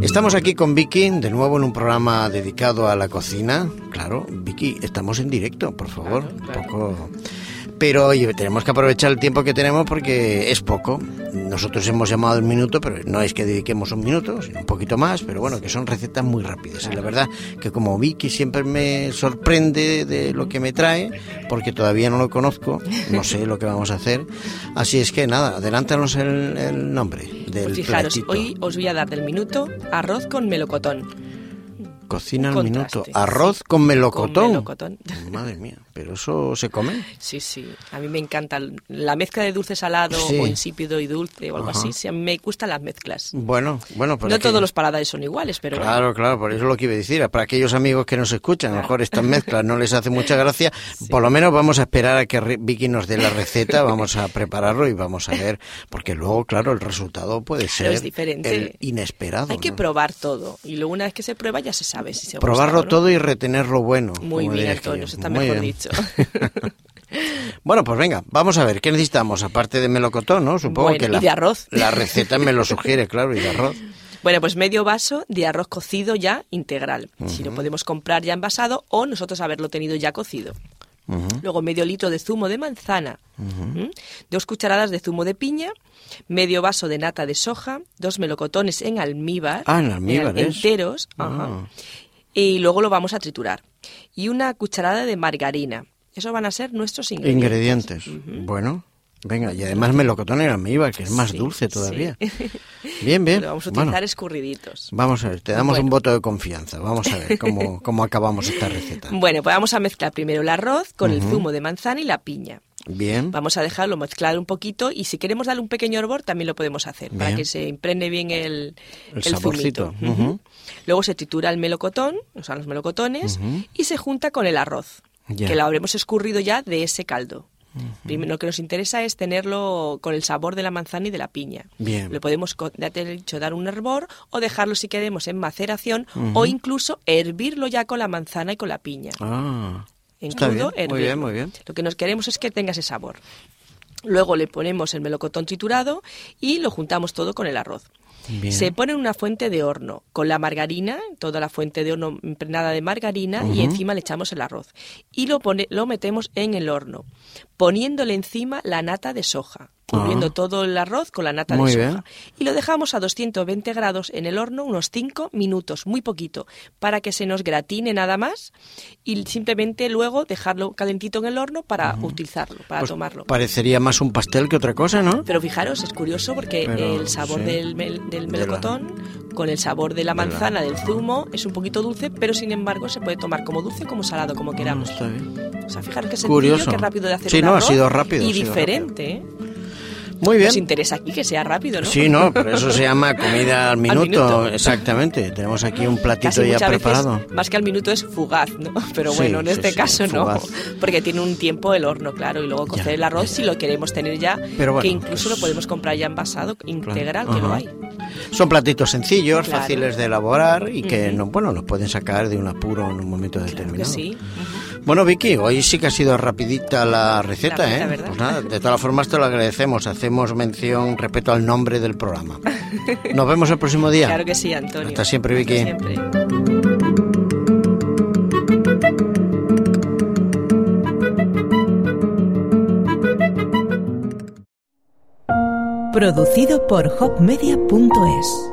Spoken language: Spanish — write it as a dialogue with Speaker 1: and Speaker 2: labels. Speaker 1: Estamos aquí con Vicky, de nuevo en un programa dedicado a la cocina. Claro, Vicky, estamos en directo, por favor.
Speaker 2: Claro,
Speaker 1: Un
Speaker 2: claro.
Speaker 1: poco. Pero oye, tenemos que aprovechar el tiempo que tenemos porque es poco. Nosotros hemos llamado un minuto, pero no es que dediquemos un minuto, sino un poquito más. Pero bueno, que son recetas muy rápidas. Y la verdad que como Vicky siempre me sorprende de lo que me trae, porque todavía no lo conozco, no sé lo que vamos a hacer. Así es que nada, adelántanos el, el nombre del
Speaker 2: Pues fijaros,
Speaker 1: platito.
Speaker 2: hoy os voy a dar del minuto arroz con melocotón.
Speaker 1: Cocina al
Speaker 2: Contraste.
Speaker 1: minuto. Arroz con melocotón.
Speaker 2: Con melocotón.
Speaker 1: Madre mía, pero eso se come.
Speaker 2: Sí, sí, a mí me encanta la mezcla de dulce salado
Speaker 1: Sí.
Speaker 2: o insípido y dulce o algo
Speaker 1: Ajá.
Speaker 2: así. Sí, a mí me gustan las mezclas.
Speaker 1: Bueno, bueno, pero
Speaker 2: no
Speaker 1: aquí-
Speaker 2: todos los paladares son iguales, pero
Speaker 1: Claro, claro, por eso lo que iba a decir. Para aquellos amigos que nos escuchan, a lo mejor estas mezclas no les hace mucha gracia, por lo menos vamos a esperar a que Re- Vicky nos dé la receta, vamos a prepararlo y vamos a ver, porque luego, claro, el resultado puede ser
Speaker 2: es diferente.
Speaker 1: el inesperado.
Speaker 2: hay que
Speaker 1: ¿no?
Speaker 2: probar todo. Y luego una vez que se prueba ya se sabe si se gusta
Speaker 1: Probarlo
Speaker 2: o no.
Speaker 1: todo y retener lo bueno.
Speaker 2: Muy
Speaker 1: como
Speaker 2: bien,
Speaker 1: diría aquello.
Speaker 2: Antonio, eso está
Speaker 1: Muy
Speaker 2: mejor
Speaker 1: bien.
Speaker 2: dicho.
Speaker 1: Bueno, pues venga, vamos a ver, ¿qué necesitamos? Aparte de melocotón, ¿no? Supongo
Speaker 2: Bueno,
Speaker 1: que
Speaker 2: y
Speaker 1: la,
Speaker 2: de arroz.
Speaker 1: la receta me lo sugiere, claro, y de arroz.
Speaker 2: Bueno, pues medio vaso de arroz cocido ya integral. Si lo podemos comprar ya envasado o nosotros haberlo tenido ya cocido. Luego medio litro de zumo de manzana, ¿m? dos cucharadas de zumo de piña, medio vaso de nata de soja, dos melocotones en almíbar,
Speaker 1: Ah, en almíbar, ¿es?
Speaker 2: enteros, ajá.
Speaker 1: Ah.
Speaker 2: y luego lo vamos a triturar. Y una cucharada de margarina. Eso van a ser nuestros ingredientes.
Speaker 1: Ingredientes. Bueno, venga, y además melocotón en almíbar, que es más
Speaker 2: Sí,
Speaker 1: dulce
Speaker 2: sí.
Speaker 1: todavía. Bien, bien.
Speaker 2: Lo vamos a
Speaker 1: Bueno,
Speaker 2: utilizar escurriditos.
Speaker 1: vamos a ver, te damos un
Speaker 2: Bueno.
Speaker 1: voto de confianza. Vamos a ver cómo, cómo acabamos esta receta.
Speaker 2: Bueno, pues vamos a mezclar primero el arroz con el zumo de manzana y la piña.
Speaker 1: Bien.
Speaker 2: Vamos a dejarlo mezclar un poquito y si queremos darle un pequeño hervor también lo podemos hacer para
Speaker 1: Bien.
Speaker 2: que se impregne bien el,
Speaker 1: El saborcito,
Speaker 2: zumito. Ujú. Luego se tritura el melocotón, o sea, los melocotones, y se junta con el arroz,
Speaker 1: Ya.
Speaker 2: que lo habremos escurrido ya de ese caldo. Primero, lo que nos interesa es tenerlo con el sabor de la manzana y de la piña.
Speaker 1: Bien.
Speaker 2: Lo podemos, co- ya te he dicho, dar un hervor o dejarlo, si queremos, en maceración o incluso hervirlo ya con la manzana y con la piña.
Speaker 1: Ah,
Speaker 2: En
Speaker 1: está bien.
Speaker 2: crudo,
Speaker 1: Muy
Speaker 2: hervirlo.
Speaker 1: bien, muy bien.
Speaker 2: Lo que nos queremos es que tenga ese sabor. Luego le ponemos el melocotón triturado y lo juntamos todo con el arroz.
Speaker 1: Bien.
Speaker 2: Se pone en una fuente de horno con la margarina, toda la fuente de horno impregnada de margarina y encima le echamos el arroz. Y lo, pone, lo metemos en el horno, poniéndole encima la nata de soja, cubriendo
Speaker 1: Ah.
Speaker 2: todo el arroz con la nata
Speaker 1: Muy
Speaker 2: de soja.
Speaker 1: bien.
Speaker 2: Y lo dejamos a 220 grados en el horno unos 5 minutos, muy poquito, para que se nos gratine nada más y simplemente luego dejarlo calentito en el horno para utilizarlo, para
Speaker 1: Pues
Speaker 2: tomarlo.
Speaker 1: Parecería más un pastel que otra cosa, ¿no?
Speaker 2: Pero fijaros, es curioso porque
Speaker 1: Pero,
Speaker 2: el sabor
Speaker 1: sí.
Speaker 2: del, mel- del
Speaker 1: De
Speaker 2: melocotón con el sabor de la manzana, del zumo, es un poquito dulce, pero sin embargo se puede tomar como dulce o como salado, como queramos.
Speaker 1: Ah, Está bien.
Speaker 2: O sea, fijaros que sencillo,
Speaker 1: Mm. Curioso.
Speaker 2: que rápido de hacer
Speaker 1: Sí,
Speaker 2: un
Speaker 1: no, ha
Speaker 2: arroz
Speaker 1: sido rápido,
Speaker 2: y
Speaker 1: ha sido
Speaker 2: diferente. ¿eh?
Speaker 1: Muy bien.
Speaker 2: Nos interesa aquí que sea rápido, ¿no?
Speaker 1: Sí, no, pero eso se llama comida al minuto,
Speaker 2: minuto.
Speaker 1: exactamente. Tenemos aquí un platito
Speaker 2: Casi
Speaker 1: ya
Speaker 2: muchas
Speaker 1: preparado.
Speaker 2: veces, más que al minuto, es fugaz, ¿no? Pero
Speaker 1: Sí,
Speaker 2: bueno, en
Speaker 1: sí,
Speaker 2: este
Speaker 1: sí,
Speaker 2: caso
Speaker 1: fugaz.
Speaker 2: no, porque tiene un tiempo el horno, claro, y luego cocer
Speaker 1: Ya,
Speaker 2: el arroz
Speaker 1: ya,
Speaker 2: si lo queremos tener ya,
Speaker 1: Pero bueno,
Speaker 2: que incluso
Speaker 1: pues-
Speaker 2: lo podemos comprar ya envasado, integral, que lo
Speaker 1: ajá.
Speaker 2: hay.
Speaker 1: Son platitos sencillos,
Speaker 2: Claro.
Speaker 1: fáciles de elaborar y que no, bueno, nos pueden sacar de un apuro en un momento
Speaker 2: Claro que
Speaker 1: determinado.
Speaker 2: sí.
Speaker 1: Bueno, Vicky, hoy sí que ha sido rapidita la receta,
Speaker 2: Rapidita,
Speaker 1: ¿eh?
Speaker 2: ¿verdad?
Speaker 1: Pues nada, de todas formas te lo agradecemos. Hacemos mención, respeto al nombre del programa. Nos vemos el próximo día.
Speaker 2: Claro que sí, Antonio.
Speaker 1: Hasta siempre, Vicky.
Speaker 2: Hasta siempre.
Speaker 3: Producido por hopmedia.es.